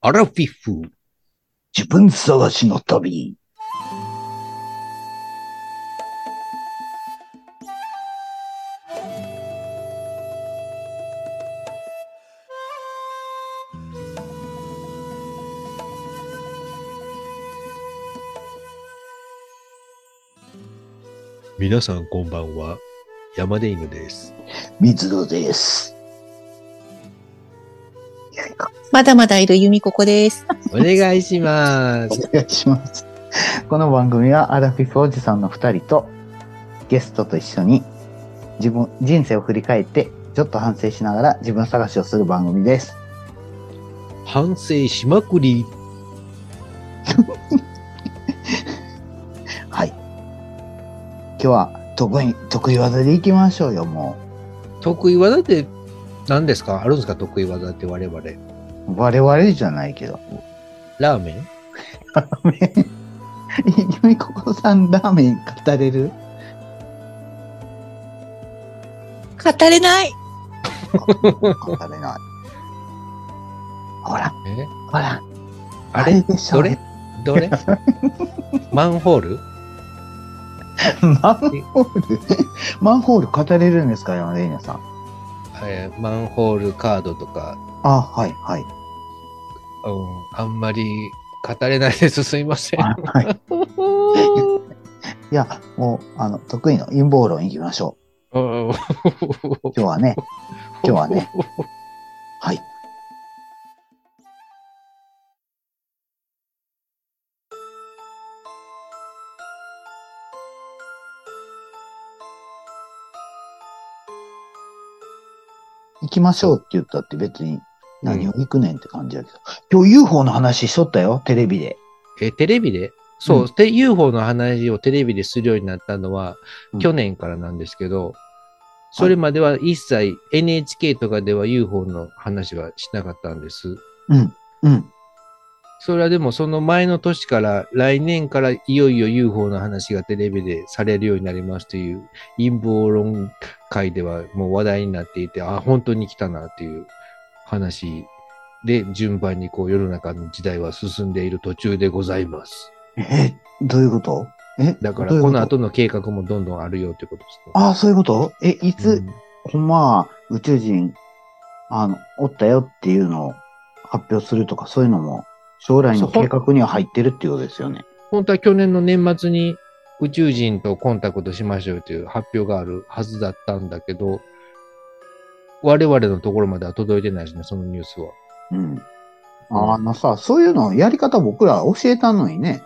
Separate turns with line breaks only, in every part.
アラフィフ。
自分探しの旅。
皆さんこんばんは。山で犬です。
水野です。
まだまだいる由美ここです。
お願いしま
お
す。
願いします。この番組はアラフィフおじさんの2人とゲストと一緒に自分、人生を振り返ってちょっと反省しながら自分探しをする番組です。
反省しまくり。
はい。今日は得意、得意技でいきましょうよ、も
得意技って何ですかあるんですか得意技って我々。
う。我々じゃないけど。
ラーメン
ラ ーメン。ゆみここさん、ラーメン語れる
語れない
語れない。ほら、
え
ほら。
あれ
でしょ
どれど れマンホール
マンホール、マンホール語れるんですか、山田稲さん。
えーマンホールカードとか、
あ、はい、はい。
うん、あんまり語れないです。すいま せん。
あ はい、いや、もう、あの、得意の陰謀論いきましょ
うん
う。今日はね、今日はね。はい。行きましょうって言ったって別に何を行くねんって感じだけど、今日 UFO の話しとったよ、テレビで。
え、テレビでそう、
うん
て UFO の話をテレビでするようになったのは、
うん
去年からなんですけど、それまでは一切 NHK とかでは UFO の話はしなかったんです。
うん、うん。
それはでもその前の年から来年からいよいよ UFO の話がテレビでされるようになりますという陰謀論会ではもう話題になっていて、あ、本当に来たなっていう話で順番にこう世の中の時代は進んでいる途中でございます。
え、どういうことえ
だか
ど
ら、
ういう
ことの後の計画もどんどんあるよってことで
ああ、そういうことえ、いつ、
すね。
ほんまは宇宙人、あの、おったよっていうのを発表するとか、そういうのも将来の計画には入ってるっていうことですよね。
本当は去年の年末に宇宙人とコンタクトしましょうという発表があるはずだったんだけど、我々のところまでは届いてないですね、そのニュースは。
うん。あのさ、そういうのやり方僕ら教えたのにね。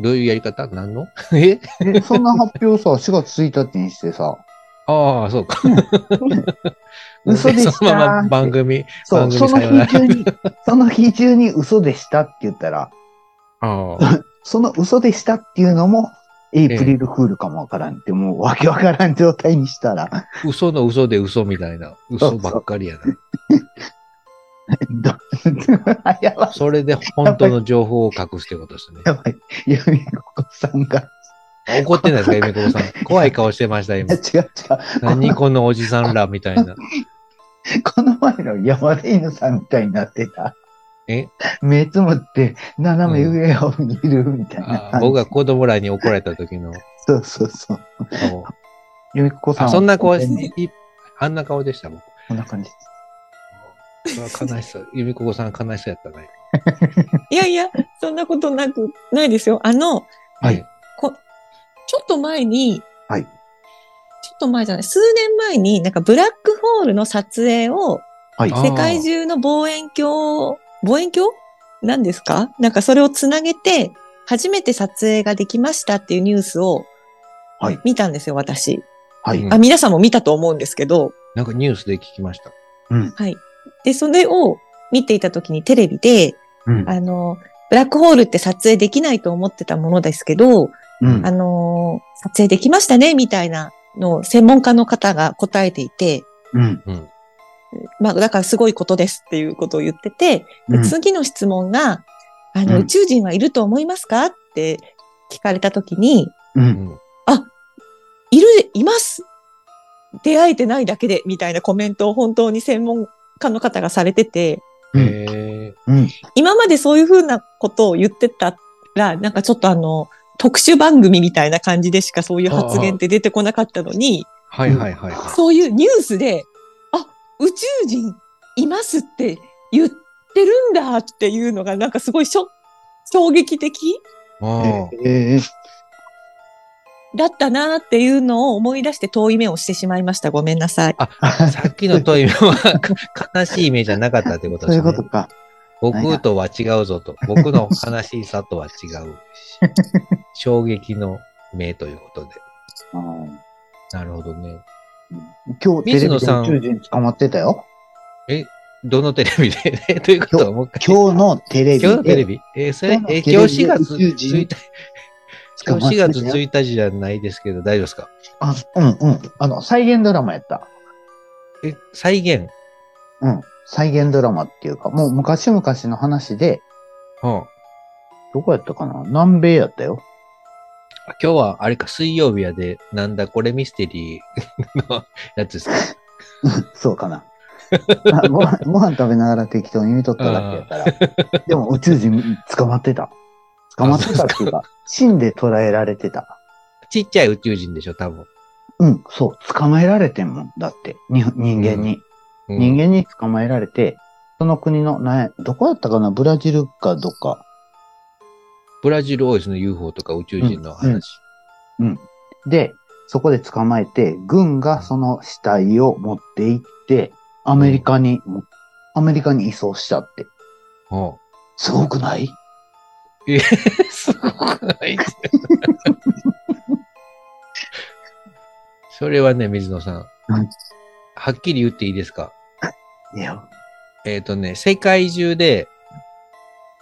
どういうやり方何の え
えそんな発表さ、4月1日に して さ、
ああ、そうか。
嘘でした
そのまま番組。
そ
番
う、
組
その
さよなら
日中に、その日中に嘘でしたって言ったら、
あ あ、
その嘘でしたっていうのも、エイプリルフールかもわからんって、もうわけわからん状態にしたら、
嘘の嘘で嘘みたいな。嘘ばっかりやな。
どやばい
それで本当の情報を隠すってこと ですね。
やばい。ゆみこさんが。
怒ってないですか、ゆめこさん。怖い顔してました、
いや
今。
違う違
何
う。こ
このおじさんらみたいな。
のこの前の山田犬さんみたいになってた。
え
目つむって斜め上を見るみたいな
あ
感じ。
僕が子供らに怒られた時の
そうそうそう。
顔。
ゆみこさん
あ
は。
そんな顔
本当に
し、いあんな顔でした、僕。
こんな感じ。
それは悲し そう。ゆみここさん悲しそうやったね。
いやいや、そんなことなく、ないですよ。あの、
はい
ね。
ちょっと前に、
はい。
ちょっと前じゃない、数年前に、なんかブラックホールの撮影を、
はい。
あー
世界中の望遠鏡、望遠鏡なんですかなんかそれをつなげて、初めて撮影ができましたっていうニュースを
はい、
見たんですよ、私。
はい。
うん
あ、皆さんも見たと思うんですけど、
なんかニュースで聞きました。
うん。
はい。で、それを見ていた時にテレビで、
うん。
あの、ブラックホールって撮影できないと思ってたものですけど、
うん
あの、撮影できましたね、みたいなのを専門家の方が答えていて、
うん。
うん。
まあ、だからすごいことですっていうことを言ってて、で
うん
次の質問が、あ
う
の、
ん
宇宙人はいると思いますかって聞かれたときに、
う。
うんん。
いる、います出会えてないだけで、みたいなコメントを本当に専門家の方がされてて、
うん
へね。
うん。
今までそういうふうなことを言ってたら、なんかちょっとあの、特殊番組みたいな感じでしかそういう発言って出てこなかったのに、
はいはいはいはい。
そういうニュースで、あ、宇宙人いますって言ってるんだっていうのが、なんかすごいショ衝撃的
あ
ええ
だったなっていうのを思い出して遠い目をしてしまいました。ごめんなさい。
あさっきの問いは悲しいイメージじゃなかったってこと
そう
です
いう
ね
こ。とか。
僕とは違うぞ と。僕の悲しさとは違うし。衝撃の目ということで。
うん
なるほどね。
今日テレビ
水野
で
さん
宇宙人捕まって たよ。
どのテレビでねということはもう一回。
今日のテレビで。
今日のテレビえーそれ、
今日の
えー
テ
今
レ
日
ビ
4
で
月
宇宙
1
人
日、今日4月1日じゃないですけど、大丈夫ですか
あ、うんうん。あの、再現ドラマやった。
え、再現。
うん。再現ドラマっていうか、もう昔々の話で、
うん。
どこやったかな南米やったよ。
あ今日は、あれか、水曜日やで、なんだこれミステリー のやつですか
そう かな。あご飯ご飯食べながら適当に見とっただけや から。でも宇宙人捕まってた。捕まってたっていうか、死んで捕らえられてた。
ちっちゃい宇宙人でしょ、多分。
うん、そう。捕まえられてんもん。だって、に人間に。
うん
人間に捕まえられて、その国の、なんやどこやったかなブラジルかどっか。
ブラジル多いですね、UFO とか宇宙人の話。
うんうんで、そこで捕まえて、軍がその死体を持って行って、アメリカに、アメリカに移送したって。
は あ
すごくない
え、すごくない ってそれはね、水野さん
うん。
はっきり言っていいですか
いや、
えっ、とね、世界中で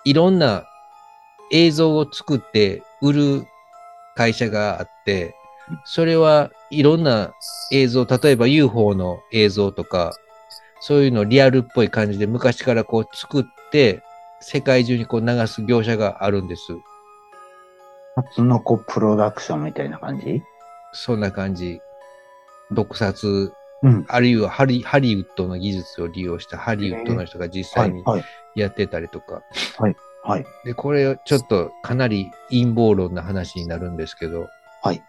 いろんな映像を作って売る会社があって、それはいろんな映像、例えば UFO の映像とか、そういうのをリアルっぽい感じで昔からこう作って、世界中にこう流す業者があるんです。
初の子プロダクションみたいな感じ
そんな感じ。特撮、
うん。
あるいはハリハリウッドの技術を利用したハリウッドの人が実
は
際
い
に、
はい、
やってたりとか。
はい。
で、これちょっとかなり陰謀論な話になるんですけど、
はい。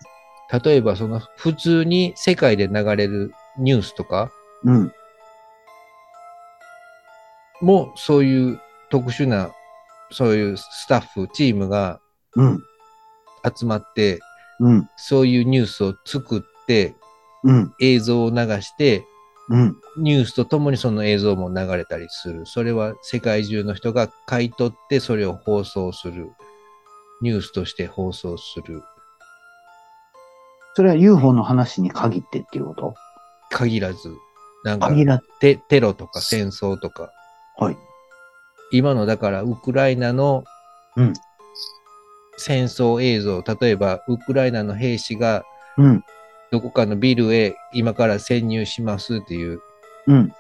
例えばその普通に世界で流れるニュースとか
うん。
もそういう特殊な、そういうスタッフ、チームが
うん。
集まって、
うん。
そういうニュースを作って、
うん。
映像を流して、
うん。
ニュースとともにその映像も流れたりする。それは世界中の人が買い取ってそれを放送する。ニュースとして放送する。
それは UFO の話に限ってっていうこと
限らず。なんか
限らず。
テテロとか戦争とか、
はい。
今のだからウクライナの
うん
戦争映像、例えばウクライナの兵士が
うん。
どこかのビルへ今から潜入しますっていう
うん。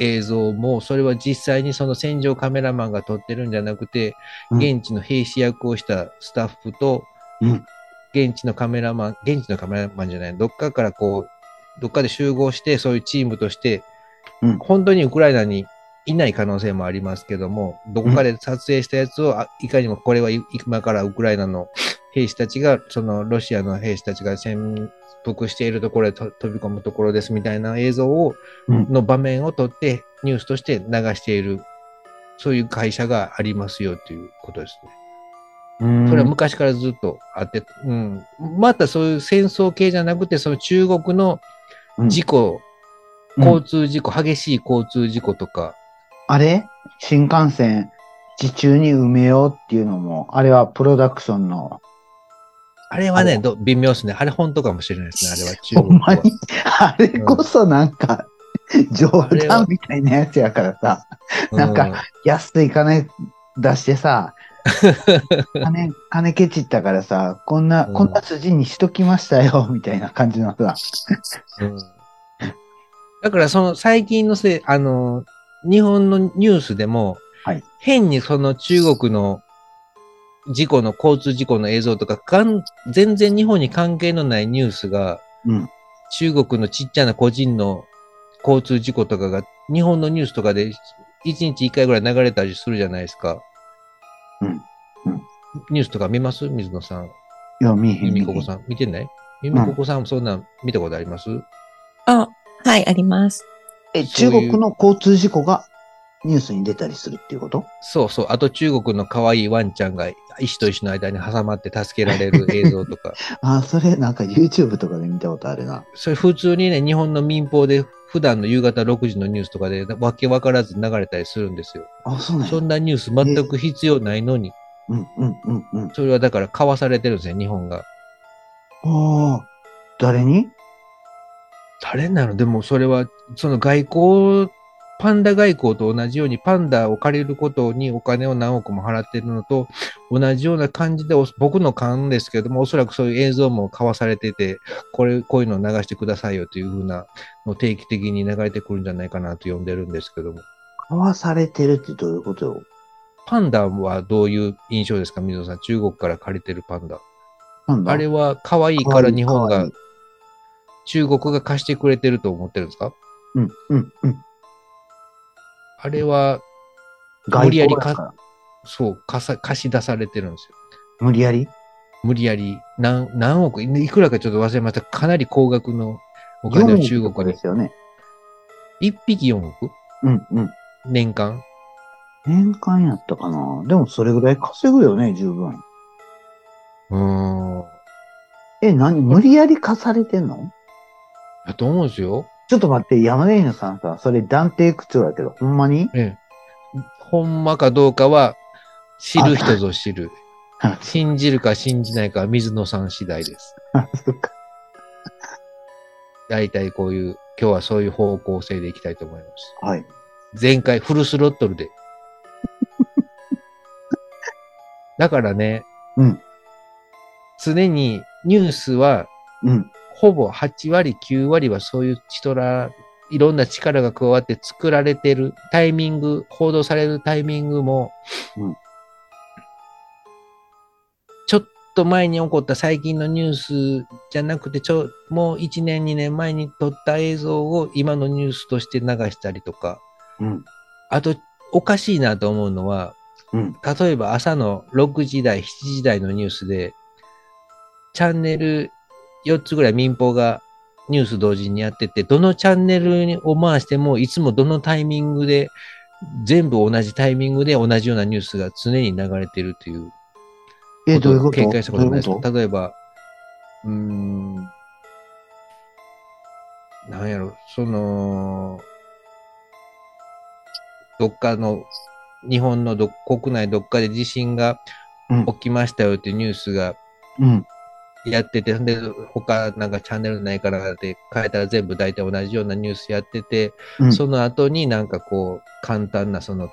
映像も、それは実際にその戦場カメラマンが撮ってるんじゃなくて、
うん
現地の兵士役をしたスタッフと、
うん
現地のカメラマン、現地のカメラマンじゃない、どっかからこう、どっかで集合して、そういうチームとして、
うん
本当にウクライナにいない可能性もありますけども、どこかで撮影したやつを、あいかにもこれは今からウクライナの 兵士たちが、そのロシアの兵士たちが潜伏しているところへと飛び込むところですみたいな映像を、
うん
の場面を撮ってニュースとして流している、そういう会社がありますよということですね。
うん
それは昔からずっとあって、うん。またそういう戦争系じゃなくて、その中国の事故、
うん
交通事故、激しい交通事故とか、
あれ新幹線、地中に埋めようっていうのも、あれはプロダクションの、
あれは
あ
ね、
れ
ど微妙ですね。あれ本当かもしれないですね。あれは中
ほん
国
ま
は。
に、あれこそなんか、冗
あれは
談みたいなやつやからさ、
う
なんか、安い金出してさ、金、金ケチったからさ、こんな、
うん
こんな筋にしときましたよ、みたいな感じのさ。
うんだからその最近のせい、あの、日本のニュースでも、
はい
変にその中国の事故の、交通事故の映像とかかん、全然日本に関係のないニュースが、
うん
中国のちっちゃな個人の交通事故とかが、日本のニュースとかで1日1回ぐらい流れたりするじゃないですか。
うんうん
ニュースとか見ます水野さん。
いや、見えへ
ゆ
ん。
みこ
見
こ
えへん
さん。見てないゆみここさんもそんなん見たことあります
あ、はい、あります。
え、
そうい
中
う
国の交通事故がニュースに出たりするっていうこと
そうそう。あと中国の可愛いワンちゃんが石と石の間に挟まって助けられ る映像とか。
あ、それなんか YouTube とかで見たことあるな。
それ普通にね、日本の民放で普段の夕方6時のニュースとかでわけわからず流れたりするんですよ。
あ、そうなんや
そ。んなニュース全く必要ないのに、
うんうんうんうん。
それはだから買わされてるんですよ、日本が。
ああ、誰に
誰なのでもそれは、その外交、パンダ外交と同じようにパンダを借りることにお金を何億も払ってるのと同じような感じで、お僕の勘ですけれども、おそらくそういう映像も買わされてて、これ、こういうのを流してくださいよというふうなのを定期的に流れてくるんじゃないかなと呼んでるんですけども。
買わされてるってどういうことよ
パンダはどういう印象ですか、水野さん。中国から借りてるパンダ。
なんだ
あれは可愛いから日本が、中国が貸してくれてると思ってるんですか
うんうんうん。
あれは、無
外
理や
交
り
だ
か
から
そう、貸さ貸し出されてるんですよ。
無理やり
無理やり、何、何億、いいくらかちょっと忘れました。かなり高額のお金を中
4億
国
で
に。
すよね。
1匹4億
うんうん。
年間
年間やったかなでもそれぐらい稼ぐよね、十分。
うーん。
え、何無理やり貸されてんの
だと思うんですよ。
ちょっと待って、山根犬さんさ、それ断定口調だけど、ほんまに
ええ。ほんまかどうかは、知る人ぞ知る。
あ
信じるか信じないかは水野さん次第です。
そっか
大体こういう、今日はそういう方向性でいきたいと思います。
はい。
前回フルスロットル で。だからね、
うん
常にニュースは
うん。
ほぼ8割、9割はそういう人ら、いろんな力が加わって作られてるタイミング、報道されるタイミングも、
うん
ちょっと前に起こった最近のニュースじゃなくて、ちょ、もう1年、2年前に撮った映像を今のニュースとして流したりとか、
うん。
あと、おかしいなと思うのは、
うん。
例えば朝の6時台、7時台のニュースで、チャンネル4つぐらい民放がニュース同時にやってて、どのチャンネルを回しても、いつもどのタイミングで、全部同じタイミングで同じようなニュースが常に流れてるという
え、どういう
を
こと
警戒したことないです
どういう
か例えば、うーん、なんやろ、その、どっかの、日本のど国内どっかで地震が
うん
起きましたよっていうニュースが
うん。
やってて、で、他なんかチャンネルないからって変えたら全部大体同じようなニュースやってて、
うん。
その後になんかこう、簡単なその、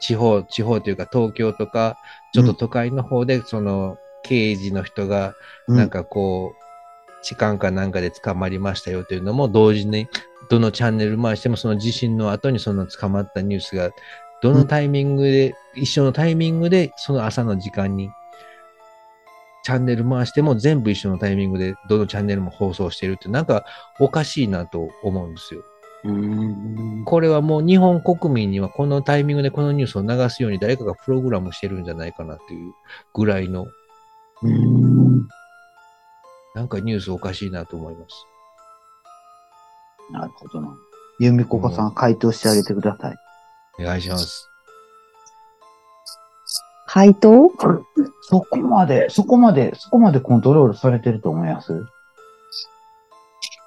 地方、地方というか東京とか、ちょっと都会の方で、その、刑事の人が、
うん
なんかこう、痴漢かなんかで捕まりましたよというのも同時に、どのチャンネル回してもその地震の後にその捕まったニュースが、どのタイミングで、一緒のタイミングで、その朝の時間に、チャンネル回しても全部一緒のタイミングで、どのチャンネルも放送してるって、なんかおかしいなと思うんですよ。
うーん。
これはもう日本国民にはこのタイミングでこのニュースを流すように誰かがプログラムしてるんじゃないかなっていうぐらいの、
うーん
なんかニュースおかしいなと思います。
なるほどな。ゆみここさん、回答してあげてください。
お願いします。
回答
そこまで、そこまで、そこまでコントロールされてると思います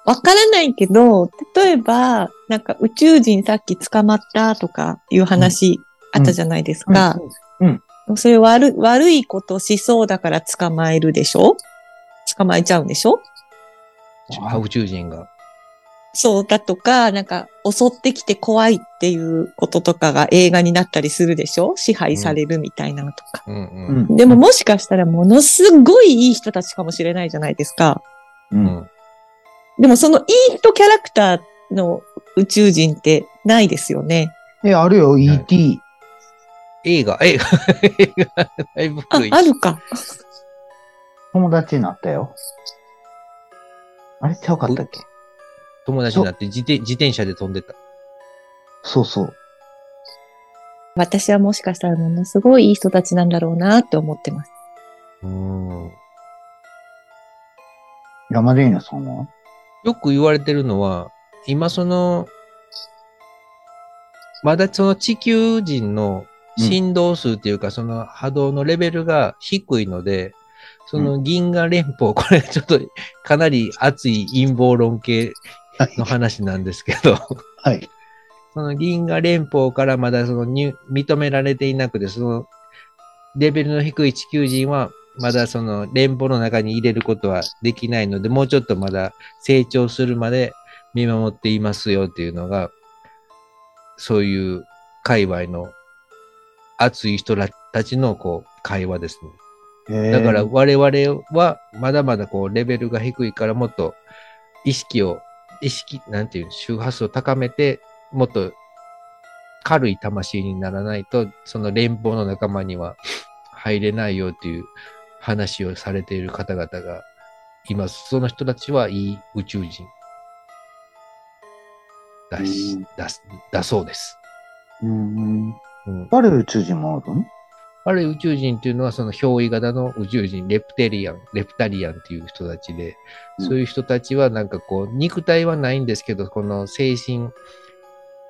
わからないけど、例えば、なんか宇宙人さっき捕まったとかいう話あったじゃないですか。それ悪悪いことしそうだから捕まえるでしょ捕まえちゃうんでしょ
あ宇宙人が。
そうだとか、なんか襲ってきて怖いっていうこととかが映画になったりするでしょ支配されるみたいなのとか。
うんう。
うんん。
でも、もしかしたらものすごいいい人たちかもしれないじゃないですか。
う。
うんん。
でもそのいい人キャラクターの宇宙人ってないですよね。
え、あるよ、ET。
映画、 映画、映画、だいぶ
あ
古い、。
あるか。
友達になったよ。あれちゃうかったっけ
友達になって自転自転車で飛んでた。
そうそう。
私はもしかしたらものすごいいい人たちなんだろうなって思ってます。
うん。
ラマレーニャさんは
よく言われてるのは、今その、まだその地球人の振動数っていうか、その波動のレベルが低いので、その銀河連邦、これちょっとかなり熱い陰謀論系
はい
の話なんですけど、
はい。
その銀河連邦からまだその入認められていなくて、そのレベルの低い地球人はまだその連邦の中に入れることはできないので、もうちょっとまだ成長するまで見守っていますよっていうのが、そういう界隈の熱い人らたちのこう会話ですね。だから我々はまだまだこうレベルが低いからもっと意識を、意識、なんていうの、周波数を高めて、もっと軽い魂にならないと、その連邦の仲間には入れないよっていう話をされている方々がいます。その人たちはいい宇宙人だし、
うん
だすだそうです。
うんうん。
うん、
誰宇宙人もあるの
ある宇宙人っていうのは、その憑依型の宇宙人、レプテリアン、レプタリアンっていう人たちで、
うん
そういう人たちはなんかこう、肉体はないんですけど、この精神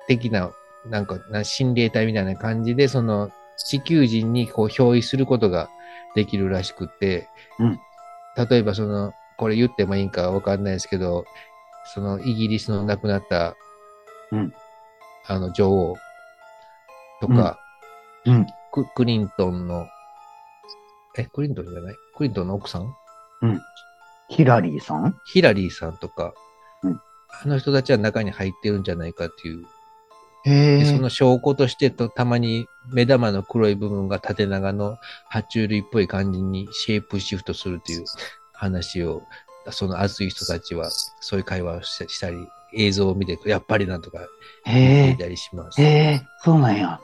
的な、なんか、な心霊体みたいな感じで、その地球人にこう、憑依することができるらしくて、
うん
例えばその、これ言ってもいいんかわかんないですけど、そのイギリスの亡くなった、
うん
あの女王とか、
うん。
ククリントンの、え、クリントンじゃないクリントンの奥さん
ヒラリーさん
ヒラリーさんとか、
うん
あの人たちは中に入ってるんじゃないかっていう。
へ
で
え
そ。の証拠としてと、たまに目玉の黒い部分が縦長の爬虫類っぽい感じにシェイプシフトするっていう話を、その熱い人たちは、そういう会話をしたしたり、映像を見て、やっぱりなんとか言って
へ
いたりしま
え。
す。
へえ。そうなんや。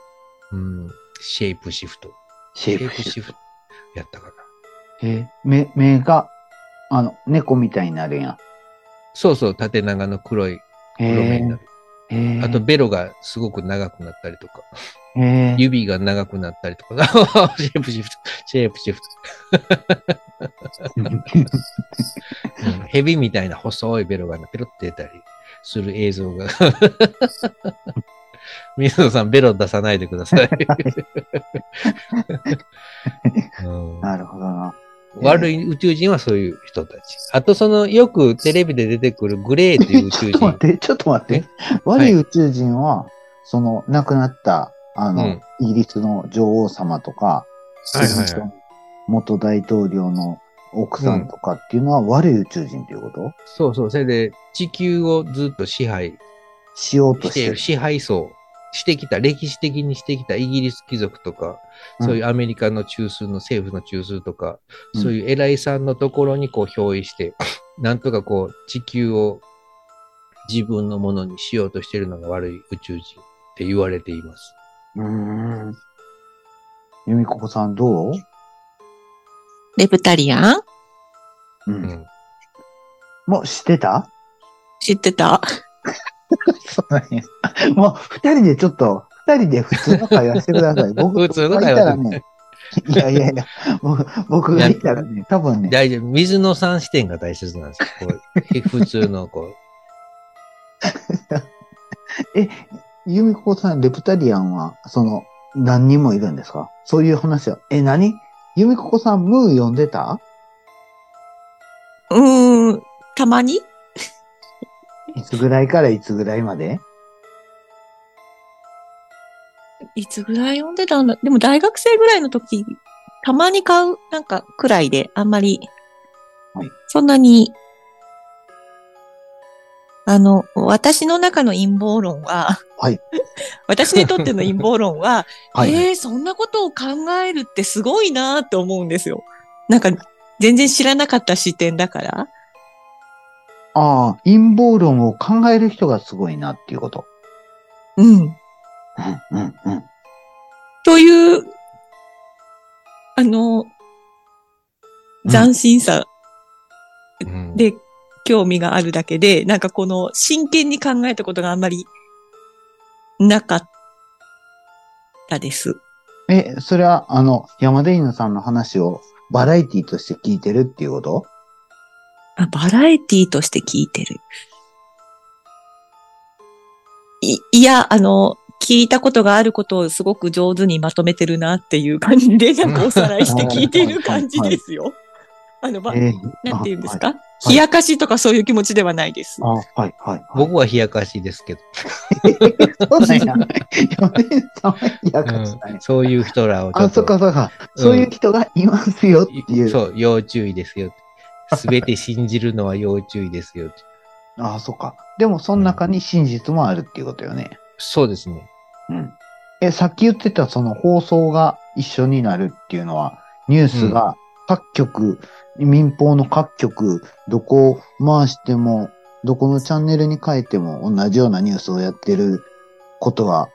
うん、シェイプシフト。
シェイプシフ
フト。やったかな。
ト。へえ。目、目が、あの、猫みたいになるんや。
そうそう、縦長の黒い
へ
黒目に
え
なる。。
へえ
あと、ベロがすごく長くなったりとか、
へえ。
指が長くなったりとか、 シェイプシフト、シェイプシフト。うんヘビみたいな細いベロがペロって出たりする映像が。 水野さん、ベロ出さないでくださ い。うん
なるほどな。
悪い宇宙人はそういう人たち。あと、その、よくテレビで出てくるグレーっていう宇
ちょ
宙
っと待
人。
って、ちょっと待って。悪い宇宙人は、その、亡くなった、あの、
うん
イギリスの女王様とか、
はいはいはい
元大統領の奥さんとかっていうのは悪い宇宙人っていうこと、
そうそう、それで地球をずっと支配
しようと
し
して
て
る。
支配層してきた、歴史的にしてきたイギリス貴族とか、
うん
そういうアメリカの中枢の政府の中枢とか、
うん
そういう偉いさんのところにこう憑依して、なんとかこう地球を自分のものにしようとしてるのが悪い宇宙人って言われています。
うーん。由美子子さんどう
レプタリアン
う。
うんん、
もう知ってた
知ってた
そうなんや。もう二人でちょっと、二人で普通の会話してく ださい。僕
普通の会話
僕がいたらね。いやいやいや、僕僕がいたらね、多分ね、
大丈夫。水野さん視点が大切なんですよ。こ う普通のこう。
由美子さん、レプタリアンは、その、何人もいるんですかそういう話は。え、何由美子子さん、ムー読んでた
うーん、たまに
いつぐらいからいつぐらいまで
いつぐらい読んでたんだでも大学生ぐらいの時、たまに買う、なんか、くらいで、あんまり、
はい
そんなに、あの、私の中の陰謀論は、
はい
私にとっての陰謀論 は、
はい。
えー、そんなことを考えるってすごいなーって思うんですよ。なんか、全然知らなかった視点だから。
ああ、陰謀論を考える人がすごいなっていうこと。
うん。
うん、うん、うん。
という、あの、斬新さ
うん、
で、興味があるだけで、なんかこの真剣に考えたことがあんまりなかったです。
え、それは、あの、山田犬さんの話をバラエティとして聞いてるっていうこと
あバラエティとして聞いてる。い、いや、あの、聞いたことがあることをすごく上手にまとめてるなっていう感じで、なんかおさらいして聞いている感じですよ。あの、ば、
えー
なんて言うんですか冷やかしとかそういう気持ちではないです
あ、。はい、あはい、はい。
僕は冷やかしですけど、
そうなんや。山田犬さんは嫌かしない。
そういう人らをちょ
あ、
っと
そっかそっか。そういう人がいますよっていう。
そう、要注意ですよ。すべて信じるのは要注意ですよ。
ああ、そっか。でも、その中に真実もあるっていうことよね。
そうですね。
うん。え、さっき言ってた、その放送が一緒になるっていうのは、ニュースが各局、民放の各局、どこを回しても、どこのチャンネルに変えても同じようなニュースをやってることは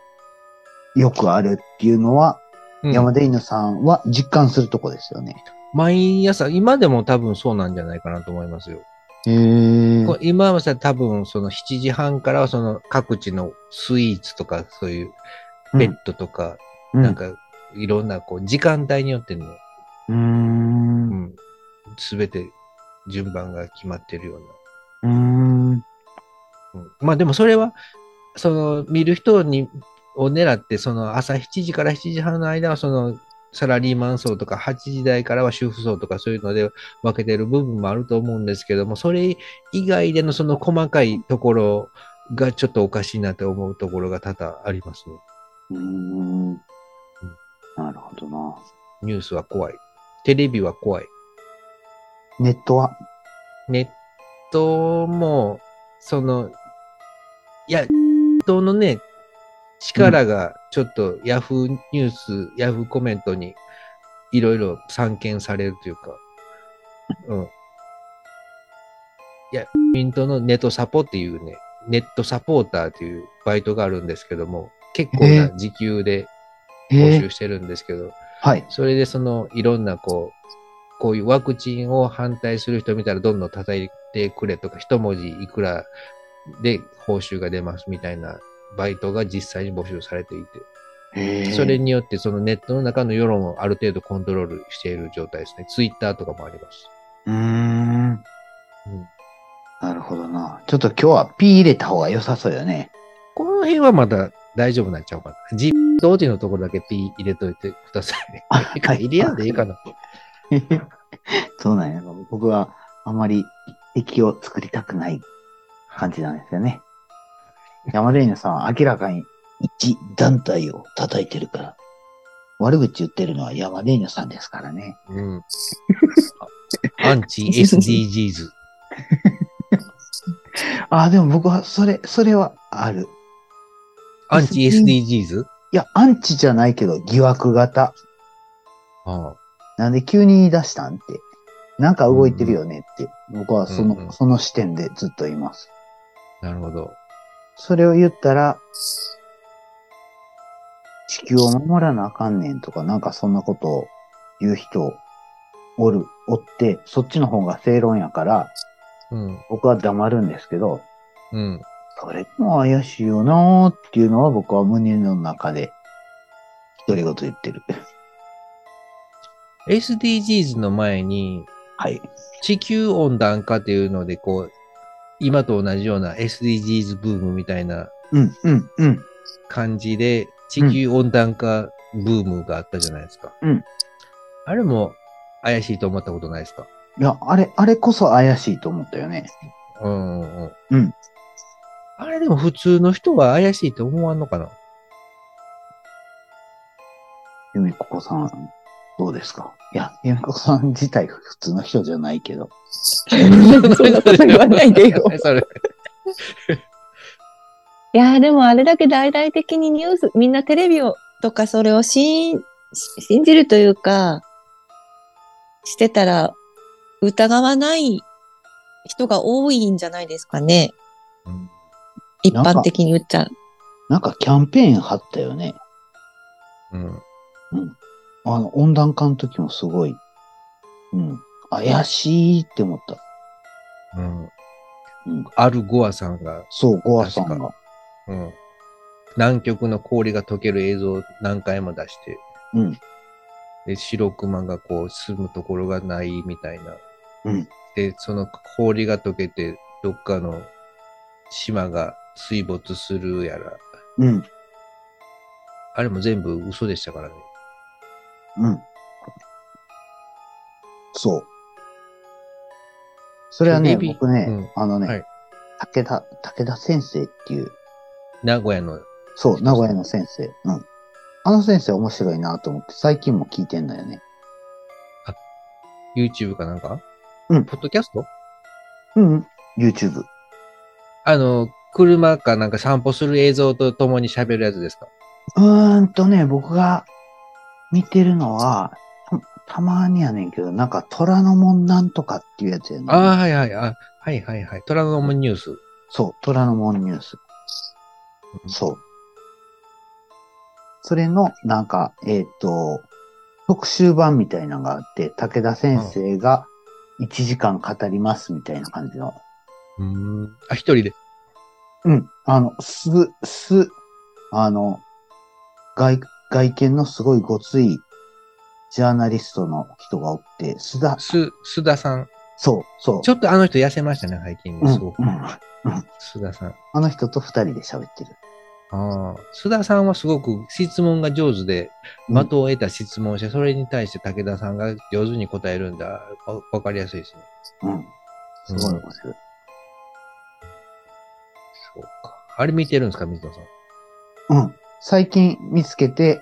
よくあるっていうのは、
うん
山田犬さんは実感するとこですよね。
毎朝、今でも多分そうなんじゃないかなと思いますよ。
へえ
こう今はさ、多分その7時半からはその各地のスイーツとか、そういうペットとか、なんかいろんなこう時間帯によっての、
うーん。う
すべて順番が決まってるような。
ーん。
うんまあでもそれは、その見る人にを狙って、その朝7時から7時半の間は、そのサラリーマン層とか8時台からは主婦層とかそういうので分けてる部分もあると思うんですけども、それ以外でのその細かいところがちょっとおかしいなって思うところが多々ありますね。
うーん。なるほどな。
ニュースは怖い。テレビは怖い。
ネットは
ネットも、その、いや、ネットのね、力がちょっとヤフーニュース、ヤフーコメントにいろいろ散見されるというか、うん。いや、ミントのネットサポっていうね、ネットサポーターというバイトがあるんですけども、結構
え
な
ー
時給で
え
募
え
集してるんですけど、
はい。
それでそのいろんなこう、こういうワクチンを反対する人見たらどんどん叩いてくれとか、一文字いくらで報酬が出ますみたいなバイトが実際に募集されていて、それによってそのネットの中の世論をある程度コントロールしている状態ですね。ツイッターとかもあります。
うーん。
うん
なるほどな。ちょっと今日は P 入れた方が良さそうよね。
この辺はまだ大丈夫なんちゃうかな。G 同時のところだけ P 入れといてくだ さい ね。いいか入れやんでいいかな。
そうなんやろ。僕はあまり敵を作りたくない感じなんですよね。山田犬さんは明らかに一団体を叩いてるから。悪口言ってるのは山田犬さんですからね。
うん。アンチ SDGs。
ああ、でも僕はそれ、それはある。
アンチ SDGs?
いや、アンチじゃないけど疑惑型。
ああ
なんで急に言い出したんって。なんか動いてるよねって。僕はその、
うんうん
その視点でずっといます。
なるほど。
それを言ったら、地球を守らなあかんねんとか、なんかそんなことを言う人おる、おって、そっちの方が正論やから、
うん。
僕は黙るんですけど、
うん。
それも怪しいよなーっていうのは僕は胸の中で、独り言言ってる。
SDGs の前に、
はい。
地球温暖化っていうので、こう、今と同じような SDGs ブームみたいな
うん、うん、うん。
感じで、地球温暖化ブームがあったじゃないですか。
うん。
あれも怪しいと思ったことないですか
いや、あれ、あれこそ怪しいと思ったよね。
うんうん。
うん。
あれでも普通の人は怪しいと思わんのかな
ゆみここさん、どうですかいや、ゆみここさん自体普通の人じゃないけど。
そんなこと言わないでよ。
それ。
いやーでもあれだけ大々的にニュース、みんなテレビをとかそれを信し信じるというか、してたら疑わない人が多いんじゃないですかね。
うん
一般的に言っちゃう。
なんかキャンペーン貼ったよね。
うん。
あの、温暖化の時もすごい。うん。怪しいって思った。
うん
うん。
あるゴアさんが、
そう、ゴアさん
確
が。
うん。南極の氷が溶ける映像を何回も出して、
うん。
で、白熊がこう住むところがないみたいな。
うん
で、その氷が溶けて、どっかの島が水没するやら、
うん。
あれも全部嘘でしたからね。
うん。そう。それはね、
エビ
僕ね、
うん
あのね、
はい
武田、武田先生っていう、
名古屋の、
そう、名古屋の先生。うん。あの先生面白いなと思って、最近も聞いてんだよね。
YouTube かなんか
うん
ポッドキャスト
うんうん。YouTube。
あの、車かなんか散歩する映像と共に喋るやつですか
うーんとね、僕が見てるのは、たたまにやねんけど、なんか虎ノ門なんとかっていうやつやねん。
ああ、はいはい、あはいはいはい。虎ノ門ニュース。
そう、虎ノ門ニュース。そう。それの、なんか、えっ、と、特集版みたいなのがあって、武田先生が1時間語りますみたいな感じの。
うーん。あ、一人で。
うん。あの、す、す、あの、外、外見のすごいごついジャーナリストの人がおって、須田、
す、須田さん。
そう、そう。
ちょっとあの人痩せましたね、最近
うん
すごく。
うん
須田さん。
あの人と二人で喋ってる。
ああ、須田さんはすごく質問が上手で、
うん
的を得た質問をして、それに対して武田さんが上手に答えるんだ。わわかりやすいですね。
うん。すごい面白い。
そうか。あれ見てるんですか、水野さん。
うん。最近見つけて、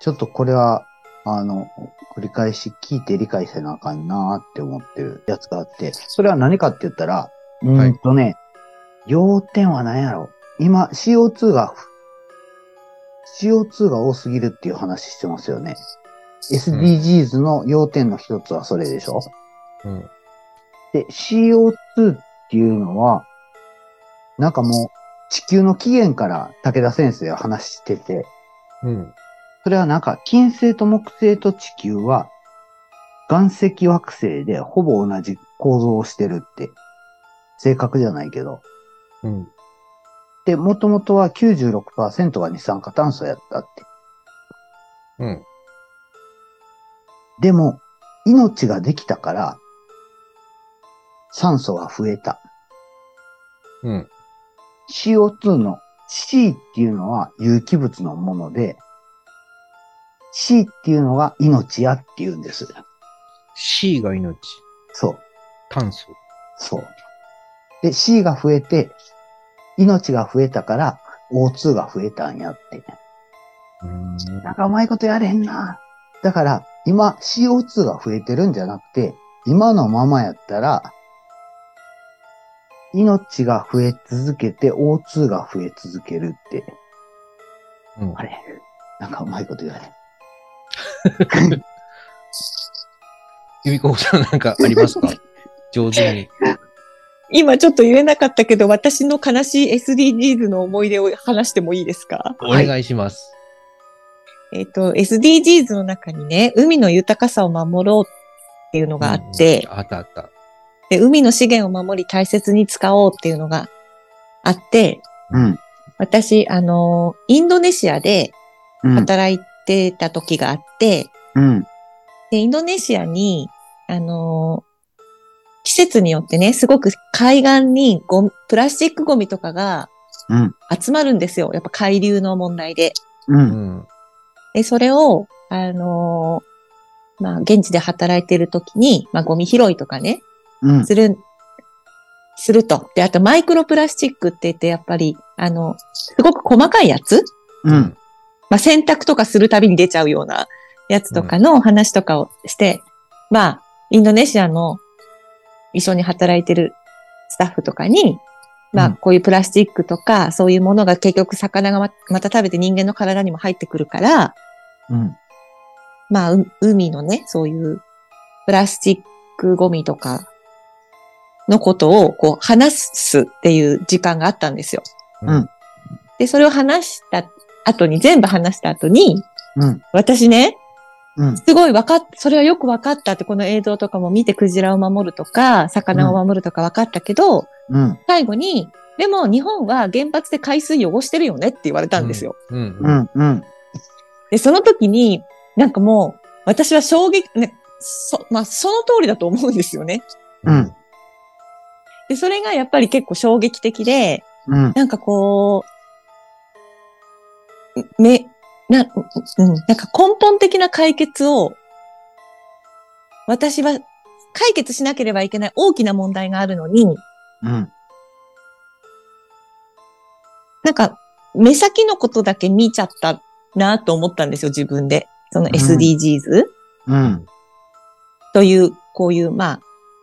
ちょっとこれは、あの、繰り返し聞いて理解せなあかんなーって思ってるやつがあって、それは何かって言ったら、うーんとね、要点は何やろ今、CO2 が、CO2 が多すぎるっていう話してますよね。SDGs の要点の一つはそれでしょ、
うん。
で、CO2 っていうのは、なんかもう、地球の起源から武田先生は話してて、
うん。
それはなんか、金星と木星と地球は、岩石惑星でほぼ同じ構造をしてるって、正確じゃないけど。
うん。
で、もともとは96%が二酸化炭素やったって。
うん。
でも、命ができたから、酸素は増えた。
うん。
CO2 の C っていうのは有機物のもので、C っていうのが命やっていうんです。
C が命。
そう。
炭素。
そう。で、C が増えて、命が増えたから、O2 が増えたんやって。
うーん。
なんかうまいことやれへんな。だから、今 CO2 が増えてるんじゃなくて、今のままやったら、命が増え続けて O2 が増え続けるって。
うん
あ。れなんかうまいこと言われん。
ゆみこさんなんかありますか上手に。
今ちょっと言えなかったけど、私の悲しい SDGs の思い出を話してもいいですか
お願いします。
えっ、と、SDGs の中にね、海の豊かさを守ろうっていうのがあって、
うんあったあった。
で海の資源を守り大切に使おうっていうのがあって、
うん。
私、あの、インドネシアで
うん。
働いてた時があって、
うん。
で、インドネシアに、あのー季節によってね、すごく海岸にゴミプラスチックゴミとかが
うん
集まるんですよ。やっぱ海流の問題で。
う。
うんん。
で、それを、あのーまあ、現地で働いてる時に、まあ、ゴミ拾いとかね、
うん。
する、すると。で、あとマイクロプラスチックって言って、やっぱり、あの、すごく細かいやつ
うん。。
まあ、洗濯とかするたびに出ちゃうようなやつとかの話とかをして、まあ、インドネシアの一緒に働いてるスタッフとかに、ま
う
あ、
ん
こういうプラスチックとか、そういうものが結局魚がままた食べて人間の体にも入ってくるから、
うん。
まあ、う海のね、そういうプラスチックゴミとかのことをこう話すっていう時間があったんですよ。
うん
で、それを話した後に、全部話した後に、
うん。
私ね、
うん。
すごい分かっ、それはよく分かったって、この映像とかも見てクジラを守るとか、魚を守るとか分かったけど、
うん。
最後に、でも日本は原発で海水汚してるよねって言われたんですよ。
うん
う。ん、うん。
で、その時に、なんかもう、私は衝撃、ね、そ、まあ、その通りだと思うんですよね。
うん。
で、それがやっぱり結構衝撃的で、
うん。
なんかこう、め、な、うん、なんか根本的な解決を、私は解決しなければいけない大きな問題があるのに、
うん。
なんか目先のことだけ見ちゃったなと思ったんですよ、自分で。その SDGs、
うん。
という、こういう、まあ、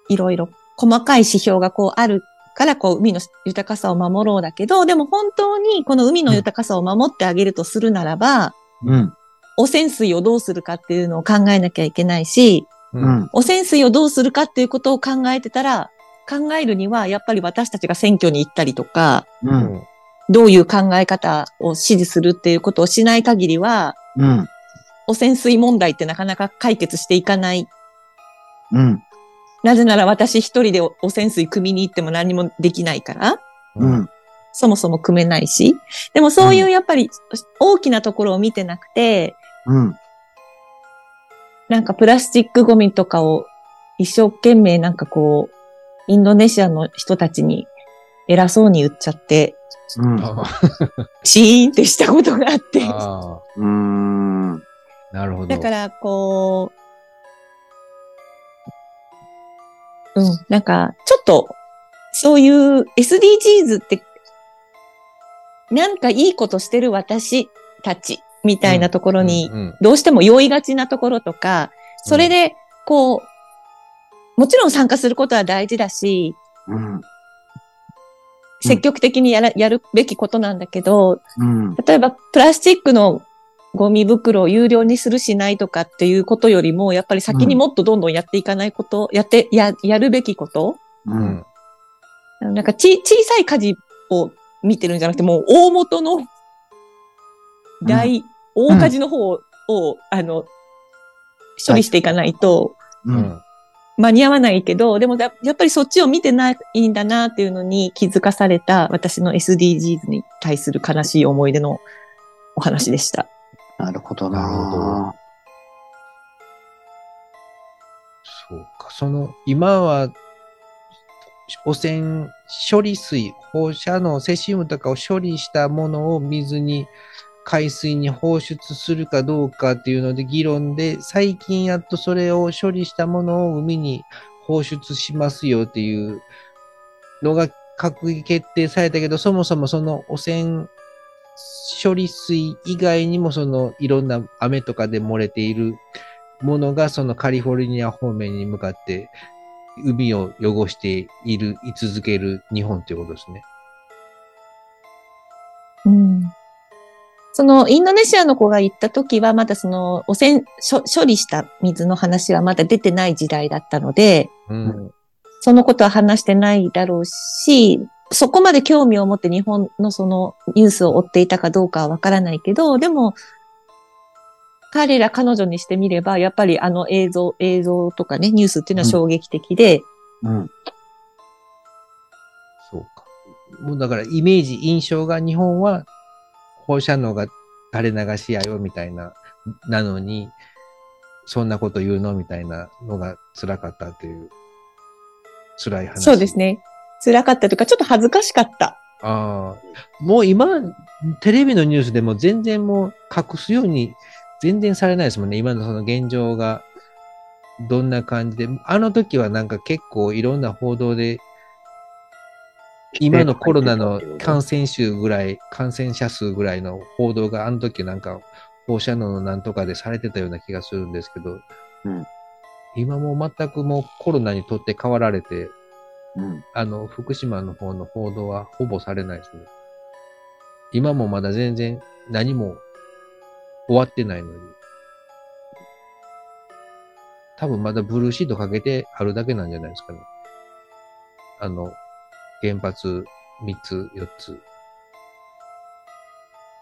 いろいろ細かい指標がこうあるから、こう、海の豊かさを守ろうだけど、でも本当にこの海の豊かさを守ってあげるとするならば、
うん。
汚染水をどうするかっていうのを考えなきゃいけないし、
う。
うんん。
汚染水をどうするかっていうことを考えてたら、考えるにはやっぱり私たちが選挙に行ったりとか、
うん。
どういう考え方を支持するっていうことをしない限りは、
うん。
汚染水問題ってなかなか解決していかない。
うん。
なぜなら私一人でお汚染水汲みに行っても何もできないから、
う
う
ん。
ん。
そもそも汲めないし。でもそういううやっぱり大きなところを見てなくて、
うん。
なんかプラスチックゴミとかを一生懸命なんかこう、インドネシアの人たちに偉そうに言っちゃって、
うん。
あ
シーンってしたことがあ って。
あ、
うん。
なるほど。
だからこう、うん、なんかちょっと、そういう SDGs って、なんかいいことしてる私たちみたいなところに
うんうん
どうしても酔いがちなところとか、それで、こう、もちろん参加することは大事だし、
うん。うん
積極的にやら、やるべきことなんだけど、
うん。
例えばプラスチックのゴミ袋を有料にするしないとかっていうことよりも、やっぱり先にもっとどんどんやっていかないこと、やって、や、やるべきこと、
う
うん。
ん。
あのなんかち、小さい火事を見てるんじゃなくて、もう大元の大、大火事の方を、をあの、処理していかないと、
う
うん。
ん。
間に合わないけど、でもだやっぱりそっちを見てないんだなっていうのに気づかされた私の SDGs に対する悲しい思い出のお話でした。
なるほど
なるほ
な。
そうか。その、今は、汚染処理水、放射能、セシウムとかを処理したものを水に、海水に放出するかどうかっていうので議論で、最近やっとそれを処理したものを海に放出しますよっていうのが閣議決定されたけど、そもそもその汚染処理水以外にもそのいろんな雨とかで漏れているものがそのカリフォルニア方面に向かって海を汚している、居続ける日本ということですね。
うん、そのインドネシアの子が行った時はまだその汚染処処理した水の話はまだ出てない時代だったので、
うん。
そのことは話してないだろうし、そこまで興味を持って日本のそのニュースを追っていたかどうかはわからないけど、でも、彼ら彼女にしてみれば、やっぱりあの映像、映像とかね、ニュースっていうのは衝撃的で、
うん。
そうか。もうだからイメージ、印象が日本は放射能が垂れ流しやよみたいな、なのに、そんなこと言うのみたいなのが辛かったという、辛い話。
そうですね。辛かったというか、ちょっと恥ずかしかった。
ああ、もう今、テレビのニュースでも全然もう隠すように全然されないですもんね。今のその現状がどんな感じで。あの時はなんか結構いろんな報道で、今のコロナの感染数ぐらい、感染者数ぐらいの報道があの時なんか放射能のなんとかでされてたような気がするんですけど、
うん
今もう全くもうコロナにとって変わられて、
うん。
あの、福島の方の報道はほぼされないですね。今もまだ全然何も終わってないのに。多分まだブルーシートかけてあるだけなんじゃないですかね。あの、原発3つ、4つ。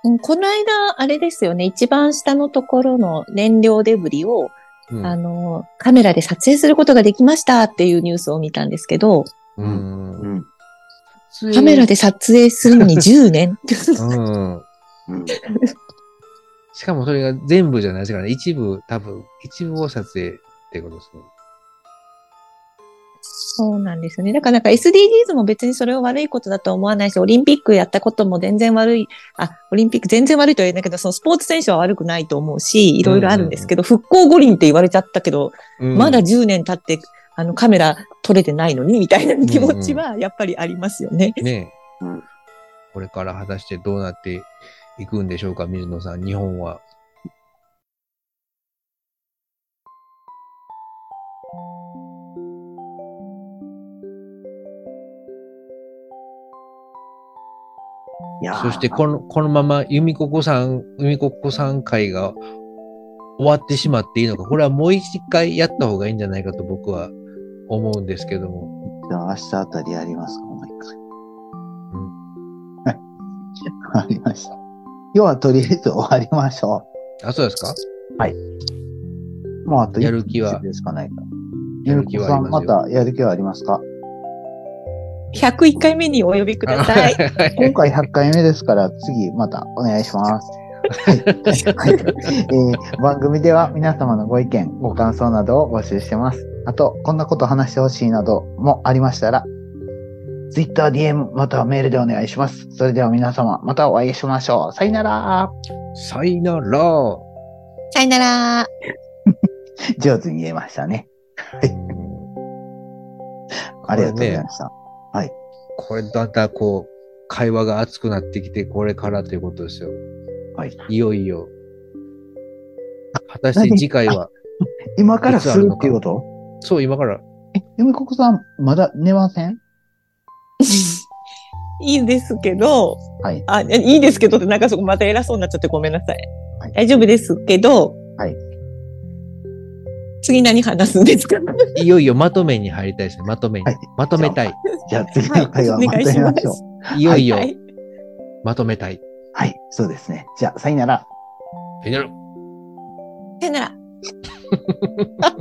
うんこの間、あれですよね、一番下のところの燃料デブリを、
うん。
あの、カメラで撮影することができましたっていうニュースを見たんですけど、
うん
うん。
撮影。
カメラで撮影する のに10年。
うん。
うん
しかもそれが全部じゃないですからね。一部、多分、一部を撮影ってことですね。
そうなんですよね。だからなんか SDGs も別にそれを悪いことだとは思わないし、オリンピックやったことも全然悪い、あ、オリンピック全然悪いとは言えないけど、そのスポーツ選手は悪くないと思うし、いろいろあるんですけど、復興五輪って言われちゃったけど、
うん
まだ10年経って、あのカメラ撮れてないのに、みたいな気持ちはやっぱりありますよね。
ねえ、
うん
これから果たしてどうなっていくんでしょうか、水野さん、日本は。
いやー
そしてこの、このまま、由美子子さん、由美子子さん会が終わってしまっていいのか、これはもう一回やった方がいいんじゃないかと僕は思うんですけども。
じゃあ明日あたりやりますか、もう一回。はい。わかりました。要はとりあえず終わりましょ
あ、そうですか
う。もうあと
やる気は
一日ですかないか。
やる気はありますよ
ゆうこさんまたやる気はありますか
101回目にお呼びください。
今回100回目ですから、次またお願いします。はいはいえー番組では皆様のご意見、ご感想などを募集してます。あと、こんなこと話してほしいなどもありましたら、Twitter、DM、またはメールでお願いします。それでは皆様、またお会いしましょう。さよなら。
さいなら。
さよなら。
上手に言えましたね。ありがとうございました。
これだんだんこう、会話が熱くなってきて、これからということですよ。
はい。
いよいよ。果たして次回は、
今からするっていうこと
そう、今から、
え、ゆみここさん、まだ寝ません
いいですけど、
はい
あ、えいいですけどって、なんかそこまた偉そうになっちゃってごめんなさい。
はい
大丈夫ですけど、
はい
次何話すんですか
いよいよまとめに入りたいですね。まとめに。
はい
まとめたい。
じゃあ次の会話
はい
ま
お
た
願い
や
し
り
ま
ますしょう。
いよいよ
は、い。
まとめたい。
はい、そうですね。じゃあ、さよなら。
さよなら
さよなら。